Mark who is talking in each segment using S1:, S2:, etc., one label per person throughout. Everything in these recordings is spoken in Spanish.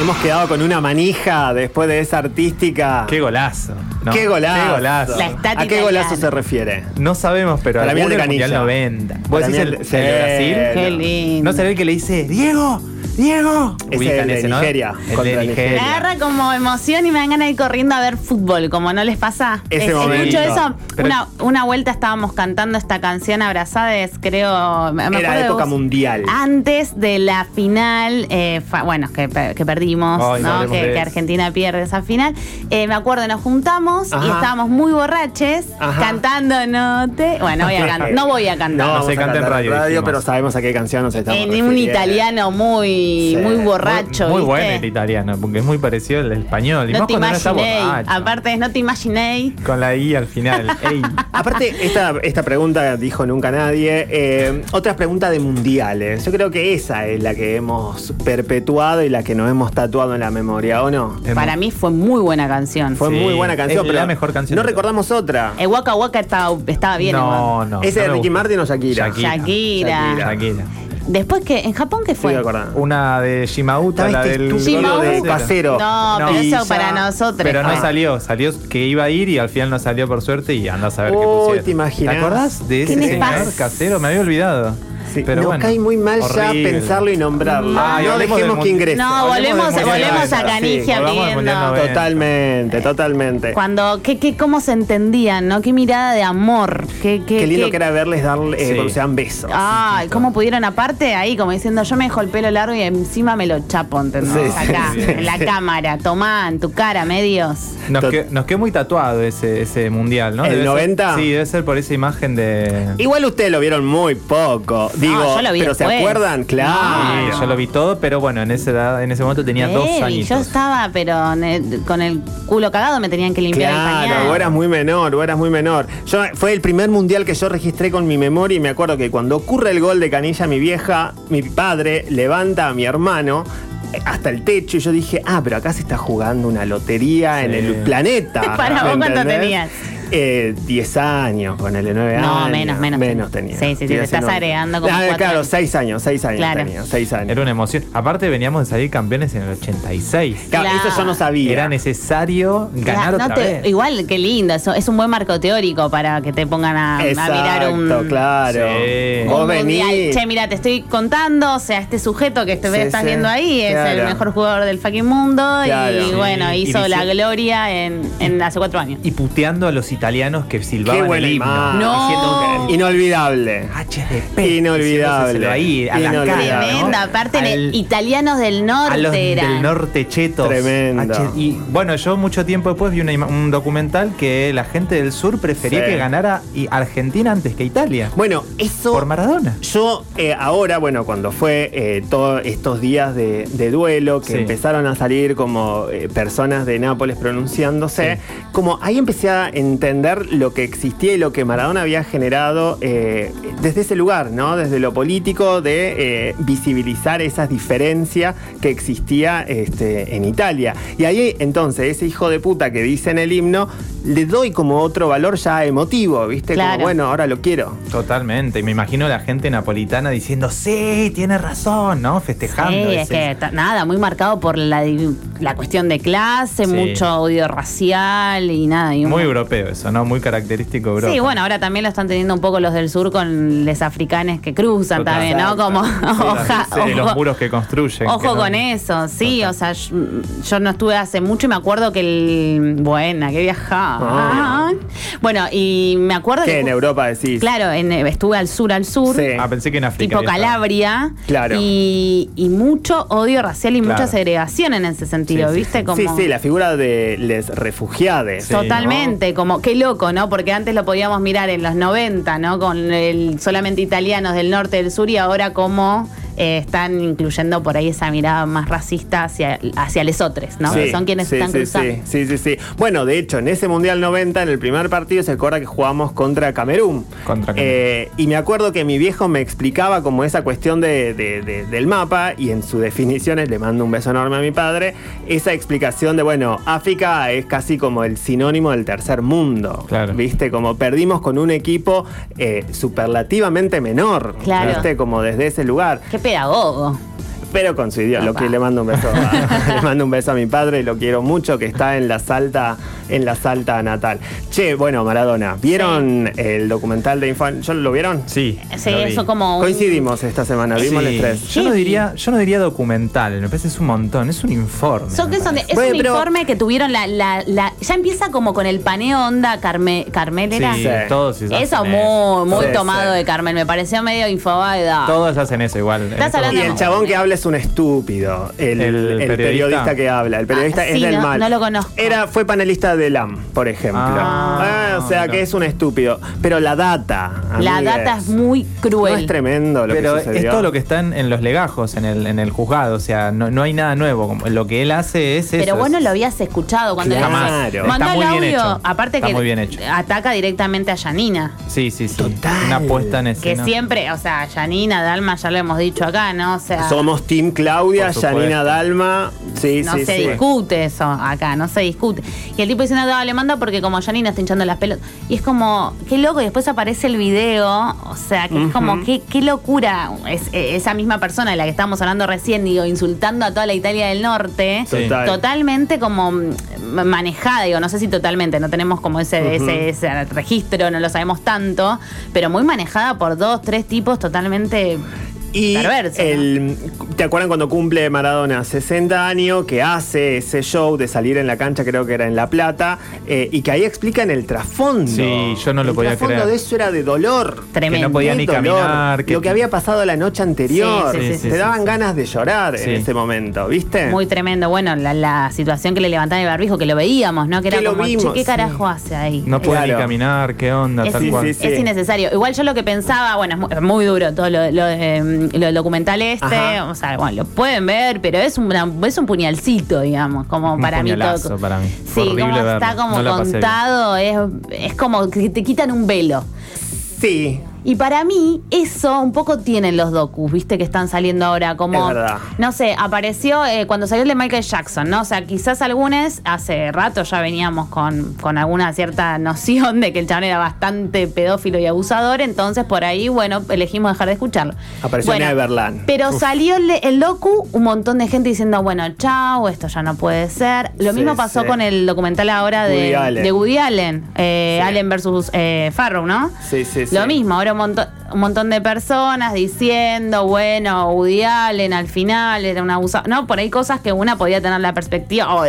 S1: Hemos quedado con una manija después de esa artística.
S2: Qué golazo. ¿no?
S1: ¡Qué golazo!
S2: Qué golazo.
S3: La estática
S1: ¿A qué golazo
S3: italiana.
S1: se refiere?
S2: No sabemos, pero
S1: Para mí el de
S2: alguno del Mundial
S1: Canilla.
S2: 90. ¿Vos
S1: Para
S2: decís
S1: mí el-
S2: el, el de
S1: Eh,
S2: Brasil?
S3: Qué
S1: no.
S3: lindo.
S2: ¿No será el que le dice, Diego, Diego?
S1: Es el de Nigeria,
S2: El
S1: contra
S2: de
S3: Me
S1: Nigeria.
S2: Nigeria.
S3: agarra como emoción y me dan ganas de ir corriendo a ver fútbol, como no les pasa.
S1: Ese
S3: Es-
S1: momento.
S3: Escucho eso.
S2: Pero-
S3: una, una vuelta estábamos cantando esta canción Abrazades, creo. Me me
S1: Era
S3: acuerdo de
S1: época
S3: vos. Ah,
S1: mundial.
S3: Antes de la final, eh, fa- bueno, que, pe- que perdimos,
S2: Ay, no
S3: ¿no?
S2: hablemos
S3: que,
S2: de
S3: que
S2: eso.
S3: Argentina pierde esa final. Eh, me acuerdo, nos juntamos y
S1: Ajá.
S3: estábamos muy borraches
S1: Ajá.
S3: cantando No te. Bueno, voy a can- no voy a cantar.
S2: No,
S1: vamos
S2: se
S1: a
S2: canta en
S1: cantar
S2: radio, dijimos.
S1: pero sabemos a qué canción nos estamos
S3: en un
S1: refiriendo.
S3: italiano muy,
S1: Sí.
S3: muy
S1: Muy-
S3: borracho.
S2: Muy, muy
S3: ¿viste?
S2: bueno el italiano, porque es muy parecido al español. Y
S3: No
S2: más
S3: te
S2: cuando no está
S3: imaginé.
S2: borracho.
S3: Aparte es no te imaginé.
S2: Con la I al final. Ey.
S3: Ah.
S1: Aparte, esta, esta pregunta dijo nunca nadie. Eh, otra pregunta de mundiales. Yo creo que esa es la que hemos perpetuado y la que nos hemos tatuado en la memoria, ¿o no?
S3: Para mí fue muy buena canción.
S1: Fue
S2: Sí,
S1: muy buena canción,
S2: es
S1: pero
S2: la mejor canción
S1: no
S2: de
S1: recordamos otra.
S3: El Waka Waka estaba, estaba bien.
S2: No,
S3: igual.
S2: no.
S1: ¿Ese
S2: no
S1: de
S2: me
S1: Ricky
S2: gusta.
S1: Martin o Shakira?
S2: Shakira.
S3: Shakira.
S2: Shakira.
S3: Después que en Japón qué
S1: Estoy
S3: fue.
S1: de acuerdo.
S2: Una de Shimauta,
S1: Estaba
S2: la
S1: este
S2: del
S1: estúpido
S2: gol
S1: de
S3: Shimauta.
S1: Casero.
S3: no,
S2: No.
S3: pero eso
S1: Pilla.
S3: para nosotros. Ah.
S2: Pero no
S3: fue.
S2: salió, salió que iba a ir y al final no salió por suerte y anda a saber qué
S1: Uy,
S2: pusieron.
S1: Oh, ¿te imaginas?
S2: ¿Te acordás de
S3: ¿Qué
S2: ese
S3: les
S2: señor
S3: pasa?
S2: casero? Me había olvidado.
S1: Sí,
S2: Pero
S1: nos
S2: bueno,
S1: cae muy mal
S2: horrible.
S1: ya pensarlo y nombrarlo.
S2: Ay,
S1: no
S2: hablemos
S1: dejemos
S2: del
S1: que
S2: mundi-
S1: ingrese.
S3: No, volvemos,
S2: Hablemos del Mundial
S3: volvemos a
S2: 90,
S3: Canigia
S2: sí, volvamos al Mundial
S3: pidiendo.
S2: 90.
S1: Totalmente, totalmente.
S3: Cuando, qué, qué, cómo se entendían, ¿no? Qué mirada de amor. Qué, qué,
S1: Qué lindo
S3: qué-
S1: que era verles darle, eh,
S2: Sí.
S1: cuando se dan besos.
S3: Ay, cómo pudieron aparte ahí, como diciendo, yo me dejo el pelo largo y encima me lo chapo, ¿entendés?
S1: Sí, sí,
S3: Acá,
S2: sí,
S3: en la
S1: sí.
S3: cámara, tomá, en tu cara, medios.
S2: Nos,
S1: Tot-
S2: que- nos quedó muy tatuado ese, ese mundial, ¿no?
S1: ¿El
S2: Debe ser-
S1: 90?
S2: sí, debe ser por esa imagen de.
S1: Igual ustedes lo vieron muy poco. Digo,
S3: yo lo vi
S1: pero ¿se
S3: después.
S1: acuerdan? Claro.
S2: Sí, yo lo vi todo, pero bueno, en esa edad, en ese momento tenía dos
S3: Eh, y
S2: años.
S3: yo estaba, pero ne- con el culo cagado me tenían que limpiar el
S1: Claro,
S3: pañal.
S1: vos eras muy menor, vos eras muy menor. Yo, fue el primer mundial que yo registré con mi memoria y me acuerdo que cuando ocurre el gol de Canilla, mi vieja, mi padre levanta a mi hermano eh, hasta el techo y yo dije, ah, pero acá se está jugando una lotería en
S2: Sí.
S1: el planeta.
S3: Para,
S1: ¿me
S3: ¿vos cuánto
S1: entendés?
S3: tenías?
S1: Eh, 10 años, ponele 9 años.
S3: No, menos, menos.
S1: Menos tenía.
S3: Sí, sí, sí, te
S1: Tenía
S3: estás
S1: ese nombre.
S3: agregando como
S1: Ah,
S3: cuatro
S1: Claro,
S3: años.
S1: 6 años, 6 años
S3: Claro.
S1: tenía, 6 años.
S2: Era una emoción. Aparte, veníamos de salir campeones en el 86.
S1: Claro, Eso yo no sabía.
S2: Era necesario ganar
S3: Claro,
S2: otra
S3: no te-
S2: vez.
S3: Igual, qué lindo, eso es un buen marco teórico para que te pongan a, a
S1: Exacto,
S3: mirar un,
S1: claro.
S2: Sí.
S1: Vos
S3: un mundial.
S1: venís.
S3: Che, mira, te estoy contando, o sea, este sujeto que te
S1: Sí,
S3: estás
S1: sí,
S3: viendo ahí es el
S1: claro.
S3: mejor jugador del fucking mundo
S1: Claro.
S3: y
S1: Sí,
S3: bueno,
S2: y
S3: hizo
S2: dice-
S3: la gloria en, en hace cuatro años.
S2: Y puteando a los italianos que
S1: Qué
S2: silbaban
S1: buena
S2: el himno.
S1: imagen.
S3: No.
S2: Diciendo que-
S1: Inolvidable.
S2: HDP.
S1: Inolvidable.
S2: diciéndoselo Ahí, a la
S1: Inolvidable.
S2: cara, ¿no?
S3: Tremendo, aparte en el-
S2: Al-
S3: italianos del
S2: a los
S3: norte eran.
S2: del norte chetos.
S1: Tremendo.
S2: H- y bueno, yo mucho tiempo después vi una ima- un documental que la gente del sur prefería
S1: Sí.
S2: que ganara y- Argentina antes que Italia.
S1: Bueno, eso.
S2: Por Maradona.
S1: Yo eh, ahora, bueno, cuando fue eh, todos estos días de, de duelo, que
S2: Sí.
S1: empezaron a salir como eh, personas de Nápoles pronunciándose, como ahí empecé a entender lo que existía y lo que Maradona había generado eh, desde ese lugar, ¿no? Desde lo político, de eh, visibilizar esas diferencias que existía este, en Italia. Y ahí entonces, ese hijo de puta que dice en el himno, le doy como otro valor ya emotivo, ¿viste?
S3: Claro.
S1: Como, bueno, ahora lo quiero.
S2: Totalmente. Y me imagino la gente napolitana diciendo, sí, tiene razón, ¿no? Festejando.
S3: Sí, es
S2: ese-
S3: que ta- nada, muy marcado por la, di- la cuestión de clase,
S2: Sí.
S3: mucho odio racial y nada. y un-
S2: Muy europeo eso, ¿no? Muy característico europeo.
S3: Sí, bueno, ahora también lo están teniendo un poco los del sur con los africanos que cruzan
S2: Total.
S3: también, ¿no?
S1: Exacto.
S3: Como, oja-
S2: Sí, los
S3: ojo-
S2: muros que construyen. que
S3: Ojo
S2: no-
S3: con eso, sí, o sea, yo, yo no estuve hace mucho y me acuerdo que el... Buena, que
S2: Ah.
S3: viajaban. Bueno, y me acuerdo
S1: Que
S3: que...
S1: en
S3: ju-
S1: Europa decís.
S3: Claro, en- estuve al sur, al sur.
S1: Sí.
S2: Ah, pensé que en África.
S3: Tipo
S2: había estado.
S3: Calabria.
S1: Claro.
S3: Y, y mucho odio racial y
S2: Claro.
S3: mucha segregación en ese sentido,
S2: Sí, sí,
S3: ¿viste?
S2: sí.
S3: Como,
S1: Sí, sí, la figura de les refugiades.
S2: Sí.
S3: Totalmente, como qué loco, ¿no? Porque antes lo podíamos mirar en los 90, ¿no? Con el, solamente italianos del norte del sur y ahora como eh, están incluyendo por ahí esa mirada más racista hacia, hacia lesotres, ¿no?
S1: Sí,
S3: que son quienes
S1: sí,
S3: están
S1: sí,
S3: cruzando.
S1: Sí, sí, sí, sí. Bueno, de hecho, en ese Mundial 90, en el primer partido, se acuerda que jugamos contra Camerún.
S2: Contra Camerún.
S1: Eh, y me acuerdo que mi viejo me explicaba como esa cuestión de, de- de- del mapa y en sus definiciones, le mando un beso enorme a mi padre, esa explicación de, bueno, África es casi como el sinónimo del tercer mundo.
S2: Claro.
S1: ¿Viste? Como perdimos con un equipo eh, superlativamente menor.
S3: Claro.
S1: ¿Viste? Como desde ese lugar.
S3: Qué pedagogo.
S1: pero con su idioma. Lo
S3: Papá.
S1: que le mando un beso, a, le mando un beso a mi padre, lo quiero mucho, que está en la Salta, en la Salta natal. Che, bueno, Maradona, ¿vieron el documental de Infan? ¿Yo lo vieron?
S2: Sí.
S3: Sí,
S2: lo vi.
S3: eso como. un-
S1: Coincidimos esta semana, vimos
S2: Sí.
S1: los tres.
S2: Yo no
S3: Sí.
S2: diría, yo no diría documental, me parece que es un montón, es un informe.
S3: Son
S2: me
S3: que son de-
S2: parece.
S3: es
S1: Bueno,
S3: un
S1: pero-
S3: informe que tuvieron la, la, la- Ya empieza como con el paneo onda Carme, Carmel, ¿era?
S2: Sí,
S1: Sí.
S2: todos
S3: Eso
S2: hacen
S3: muy, muy
S1: Sí,
S3: tomado
S1: sí.
S3: de Carmen. Me pareció medio infobaida.
S2: Todos hacen eso igual.
S3: Estás
S2: Eso-
S1: Y
S3: hablando-
S1: el chabón que habla es un estúpido. El,
S2: ¿El
S1: el periodista?
S2: periodista
S1: que habla. El periodista
S3: Ah,
S1: es
S3: sí,
S1: del
S3: no-
S1: mal.
S3: no lo conozco.
S1: Era, fue panelista de LAM, por ejemplo.
S2: Ah,
S1: Ah, o sea
S2: mira.
S1: que es un estúpido. Pero la data.
S3: La
S1: amigues,
S3: data es muy
S1: No
S3: cruel.
S1: es tremendo lo
S2: Pero
S1: que sucedió.
S2: es todo lo que está en, en los legajos, en el, en el juzgado, o sea, no, no hay nada nuevo. como- lo que él hace es eso.
S3: Pero vos no
S2: es-
S3: lo habías escuchado cuando
S1: Claro.
S3: le
S1: Está
S3: mandó
S2: muy
S3: el
S2: bien
S3: audio.
S2: hecho.
S3: Aparte
S2: Está
S3: que
S2: muy bien hecho.
S3: ataca directamente a Yanina.
S2: Sí, sí, sí.
S1: Total.
S2: Una puesta en
S3: Que
S2: escena.
S3: siempre, o sea, Yanina, Dalma, ya lo hemos dicho acá, ¿no? O sea,
S1: Somos Team Claudia,
S2: Por supuesto.
S1: Janina Dalma. Sí,
S3: no
S1: sí,
S3: se
S1: sí.
S3: discute eso acá, no se discute. Y el tipo diciendo, no, le manda porque como Yanina está hinchando las pelotas. Y es como, qué loco, y después aparece el video, o sea, que es como, qué, qué locura. Es, eh, esa misma persona de la que estábamos hablando recién, digo, insultando a toda la Italia del Norte.
S2: Sí.
S1: Total.
S3: totalmente como mm, manejada, digo, no sé si totalmente, no tenemos como ese, ese, ese registro, no lo sabemos tanto, pero muy manejada por dos, tres tipos totalmente...
S1: Y
S3: Perverso, ¿no?
S1: el, ¿Te acuerdan cuando cumple Maradona 60 años que hace ese show de salir en la cancha, creo que era en La Plata, eh, y que ahí explican el trasfondo?
S2: Sí, yo no lo
S1: el
S2: podía
S1: trasfondo
S2: creer.
S1: de eso era de dolor.
S3: Tremendo.
S2: Que no podía ni
S1: de dolor.
S2: caminar.
S1: Lo que había pasado la noche anterior.
S3: Sí, sí, sí,
S2: sí,
S1: Te
S2: sí,
S1: daban
S2: sí.
S1: ganas de llorar
S2: Sí.
S1: en ese momento, ¿viste?
S3: Muy tremendo, bueno, la, la situación que le levantaban el barbijo, que lo veíamos, ¿no? Que era
S1: Que lo
S3: como, che,
S1: vimos,
S3: ¿qué
S1: sí.
S3: carajo hace ahí?
S2: No puede
S1: Claro.
S2: ni caminar, qué onda,
S3: Es,
S2: tal
S1: Sí,
S2: cual.
S1: sí, sí.
S3: es innecesario. Igual yo lo que pensaba, bueno, es mu- es muy, duro todo lo, lo, eh, lo del documental este.
S1: Ajá.
S3: O sea, bueno, lo pueden ver, pero es, una- es un puñalcito, digamos, como
S2: Un
S3: para mí
S2: puñalazo
S3: todo.
S2: para mí.
S3: Sí,
S2: Fue horrible
S3: como está
S2: verlo. No
S3: como
S2: la pasé bien.
S3: contado, es, es como que te quitan un velo.
S1: Sí.
S3: Y para mí, eso un poco tienen los docus, viste, que están saliendo ahora. Como,
S1: Es verdad.
S3: no sé, apareció eh, cuando salió el de Michael Jackson, ¿no? O sea, quizás algunos, hace rato ya veníamos con, con alguna cierta noción de que el chabón era bastante pedófilo y abusador, entonces por ahí, bueno, elegimos dejar de escucharlo.
S1: Apareció
S3: Bueno,
S1: Neverland.
S3: Pero salió el, el docu, un montón de gente diciendo, bueno, chao, esto ya no puede ser. Lo
S1: Sí,
S3: mismo pasó
S1: sí.
S3: con el documental ahora de
S1: Woody Allen.
S3: de Woody Allen, eh,
S1: Sí.
S3: Allen versus eh, Farrow, ¿no?
S1: Sí, sí, sí.
S3: Lo mismo, ahora un montón, un montón de personas diciendo, bueno, Woody Allen al final era un abusado. No, por ahí cosas que una podía tener la perspectiva. o,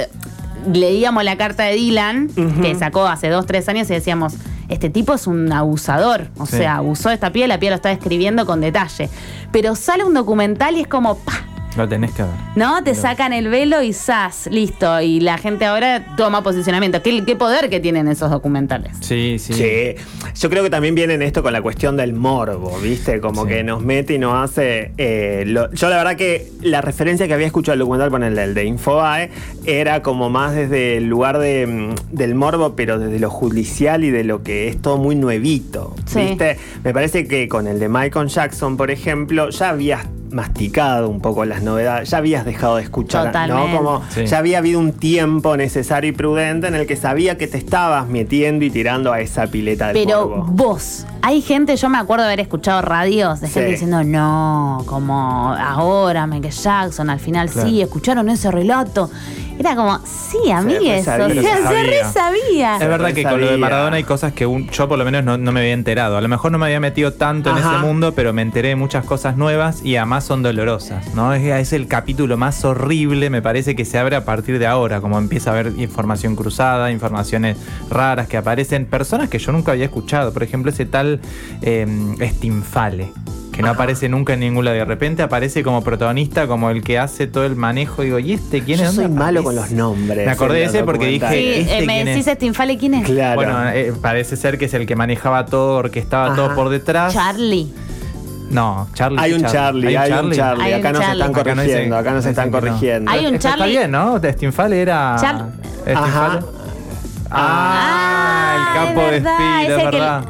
S3: leíamos la carta de Dylan, que sacó hace dos, tres años, y decíamos, este tipo es un abusador. O
S2: Sí.
S3: sea, abusó de esta piel, la piel lo está describiendo con detalle. Pero sale un documental y es como, ¡pa!
S2: Lo tenés que ver.
S3: ¿No? Te sacan el velo y ¡zas! Listo. Y la gente ahora toma posicionamiento. ¿Qué, qué poder que tienen esos documentales?
S2: Sí, sí.
S1: Sí, yo creo que también viene en esto con la cuestión del morbo, ¿viste? Como
S2: Sí.
S1: que nos mete y nos hace... eh, lo- yo la verdad que la referencia que había escuchado al documental, ponerle el de Infobae, era como más desde el lugar de, mm, del morbo, pero desde lo judicial y de lo que es todo muy nuevito,
S3: Sí.
S1: ¿viste? Me parece que con el de Michael Jackson, por ejemplo, ya habías masticado un poco las novedades, ya habías dejado de escuchar,
S3: Totalmente.
S1: ¿no? Como
S2: Sí.
S1: ya había habido un tiempo necesario y prudente en el que sabía que te estabas metiendo y tirando a esa pileta del
S3: Pero
S1: morbo.
S3: vos, hay gente, yo me acuerdo de haber escuchado radios de gente
S1: Sí.
S3: diciendo, no, como ahora, Michael Jackson, al final
S2: Claro.
S3: sí, escucharon ese relato. Era como, sí, amigues,
S1: sabía.
S3: o
S1: Pero
S3: sea,
S2: se
S3: se re
S2: Es
S3: sabía.
S2: verdad que con lo de
S1: sabía.
S2: Maradona hay cosas que un- yo por lo menos no, no me había enterado. A lo mejor no me había metido tanto en
S1: Ajá.
S2: ese mundo, pero me enteré de muchas cosas nuevas y además son dolorosas. ¿no? Es, es el capítulo más horrible, me parece, que se abre a partir de ahora, como empieza a haber información cruzada, informaciones raras que aparecen, personas que yo nunca había escuchado. Por ejemplo, ese tal eh, Stinfale. Que no aparece nunca en ningún lado. De repente aparece como protagonista, como el que hace todo el manejo. Digo, ¿y este quién es?
S1: Yo soy
S2: ¿Dónde
S1: malo con
S2: aparece?
S1: los nombres.
S2: Me
S1: en
S2: acordé de ese
S1: los
S2: porque dije-
S3: Sí,
S1: documentales.
S2: ¿este
S3: eh, me
S2: quién
S3: decís
S2: es?
S3: Stinfale, ¿quién es?
S1: Claro.
S2: Bueno, eh, parece ser que es el que manejaba todo, orquestaba
S1: Ajá.
S2: todo por detrás.
S3: Charlie.
S2: No, Charlie.
S1: hay un Charlie, hay un Charlie.
S3: Hay un
S1: Acá nos están
S3: Charlie.
S2: Acá no dicen-
S1: corrigiendo, acá nos
S2: no
S1: están
S2: dicen que no.
S1: corrigiendo.
S3: Hay un
S2: Está-
S3: Charlie.
S2: Está bien, ¿no? Stinfale era.
S3: Char-
S2: Stinfale.
S1: Ajá.
S2: Ah,
S3: Ah,
S2: el capo
S3: es
S2: de
S3: verdad,
S2: Speed, es
S3: ese que-
S2: verdad.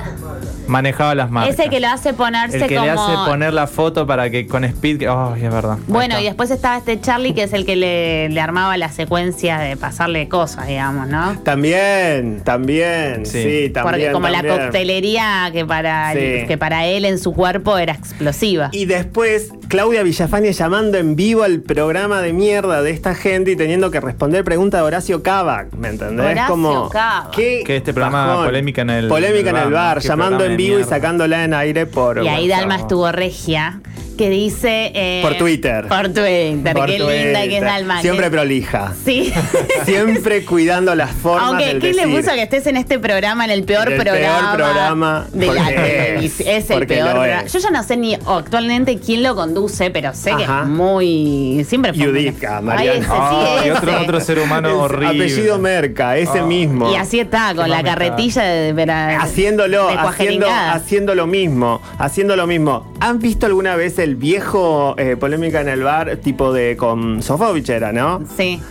S2: Manejaba las marcas.
S3: Ese que lo hace ponerse
S2: El que
S3: como...
S2: le hace poner la foto para que con Speed. que- Ay, es verdad. Ahí
S3: Bueno, y
S2: está.
S3: después estaba este Charlie, que es el que le, le armaba la secuencia de pasarle cosas, digamos, ¿no?
S1: También, también,
S2: Sí.
S1: sí,
S3: Porque
S1: también.
S3: como
S1: también.
S3: la coctelería que para, el-
S1: Sí.
S3: que para él en su cuerpo era explosiva.
S1: Y después, Claudia Villafañe llamando en vivo al programa de mierda de esta gente y teniendo que responder preguntas de Horacio Cava, ¿me entendés?
S3: Horacio Cava.
S1: qué
S2: Que este programa Polémica en el-
S1: Polémica en el bar,
S2: qué
S1: llamando
S2: programa
S1: en
S2: de
S1: vivo y
S2: mierda.
S1: sacándola en aire por
S3: Y ahí
S1: WhatsApp.
S3: Dalma estuvo regia, que dice... eh,
S1: Por Twitter.
S3: Por Twitter,
S1: Por
S3: qué linda que es
S1: Twitter.
S3: Dalma.
S1: Siempre
S3: que-
S1: prolija.
S3: Sí.
S1: Siempre cuidando las formas
S3: Aunque,
S1: del
S3: ¿quién le
S1: decir.
S3: puso que estés en este programa, en el peor,
S1: En el peor
S3: programa,
S1: programa,
S3: de la
S1: porque
S3: televisión?
S1: es,
S3: Es el
S1: porque
S3: peor
S1: lo
S3: programa.
S1: es.
S3: Yo ya no sé ni actualmente quién lo conduce, pero sé que
S1: Ajá.
S3: es muy. Siempre fue. muy-
S1: Yudica,
S3: Ay,
S1: Mariana.
S3: ese, sí,
S2: Ah, y
S3: ese.
S2: otro, otro ser humano
S1: Es
S2: horrible.
S1: Apellido Merca, ese
S2: Ah.
S1: mismo.
S3: Y así está, con
S2: Qué
S3: la
S2: mamita.
S3: carretilla de, de,
S1: haciéndolo,
S3: de
S1: haciendo,
S3: cuajeringada.
S1: haciendo lo mismo, haciendo lo mismo. ¿Han visto alguna vez el viejo eh, polémica en el bar, tipo de con Sofovich era, no?
S3: Sí,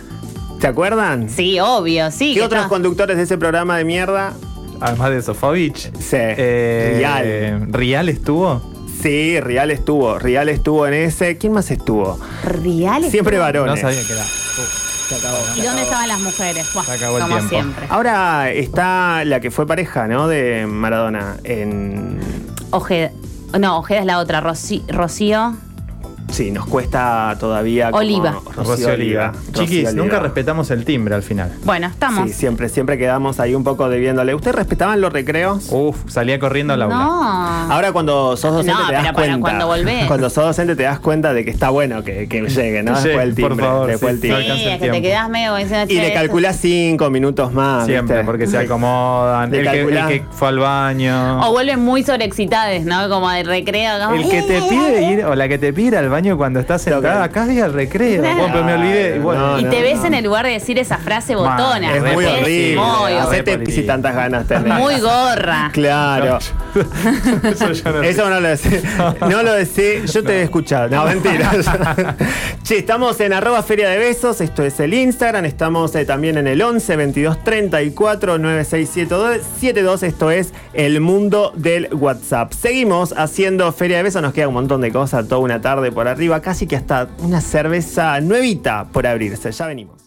S1: ¿Se acuerdan?
S3: sí, obvio, sí.
S1: ¿Qué
S3: que
S1: otros
S3: está-
S1: conductores de ese programa de mierda?
S2: Además de Sofovich.
S1: Sí,
S2: Eh,
S1: Rial.
S2: eh, ¿Rial estuvo?
S1: Sí, Rial estuvo, Rial estuvo en ese. ¿Quién más estuvo?
S3: Reales.
S1: Siempre
S2: No
S1: varones.
S2: sabía que era. Uh,
S3: ¿Y dónde estaban las mujeres? Buah,
S2: Se acabó el
S3: como
S2: tiempo.
S3: siempre.
S1: Ahora está la que fue pareja, ¿no? De Maradona en
S3: Ojeda. No, Ojeda es la otra. Rocío. Rocío.
S1: Sí, nos cuesta todavía. como-
S3: Oliva.
S2: Rocío Oliva.
S1: Rocío
S2: Chiquis,
S1: Oliva.
S2: nunca respetamos el timbre al final.
S3: Bueno, estamos.
S1: Sí, siempre, siempre quedamos ahí un poco debiéndole. ¿Ustedes respetaban los recreos?
S2: Uf, salía corriendo al aula.
S3: no.
S2: Ah,
S1: Ahora cuando sos docente
S3: Ah. No,
S1: te das
S3: pero para
S1: cuenta.
S3: cuando volvés.
S1: Cuando sos docente te das cuenta de que está bueno que, que llegue, ¿no?
S2: Que llegue,
S1: Después el
S2: por
S1: timbre.
S2: favor,
S1: después el
S2: sí,
S3: Sí,
S2: no
S1: timbre.
S2: alcanza el
S3: es que te
S2: tiempo.
S3: quedás medio diciendo,
S1: Y
S3: "Che,
S1: le
S3: esto-
S1: calculás cinco minutos más.
S2: Siempre,
S1: ¿viste?
S2: porque se acomodan.
S1: Le
S2: El que, el
S1: calculás.
S2: que fue al baño.
S3: O vuelven muy sobreexcitades, ¿no? Como de recreo. como,
S2: El que te pide ir, o la que te pide ir al baño cuando estás sentada, acá y al recreo.
S3: Claro.
S2: Bueno, pero me olvidé. Y bueno,
S1: No,
S3: Y
S1: no,
S3: te ves
S1: no.
S3: en el lugar de decir esa frase botona.
S2: Mal,
S1: Es muy
S2: Re
S1: horrible.
S2: horrible.
S1: Hacete
S2: Re
S1: pis si tantas ganas tenés.
S3: Muy gorra.
S1: Claro.
S2: Eso ya no
S1: Eso no lo decís. No lo decís. Yo te he escuchado. No, mentiras. che, estamos en arroba feria de besos. Esto es el Instagram. Estamos eh, también en el 11 22 34 9672. Esto es el mundo del WhatsApp. Seguimos haciendo feria de besos. Nos queda un montón de cosas. Toda una tarde por arriba. Casi que hasta una cerveza nuevita por abrirse. Ya venimos.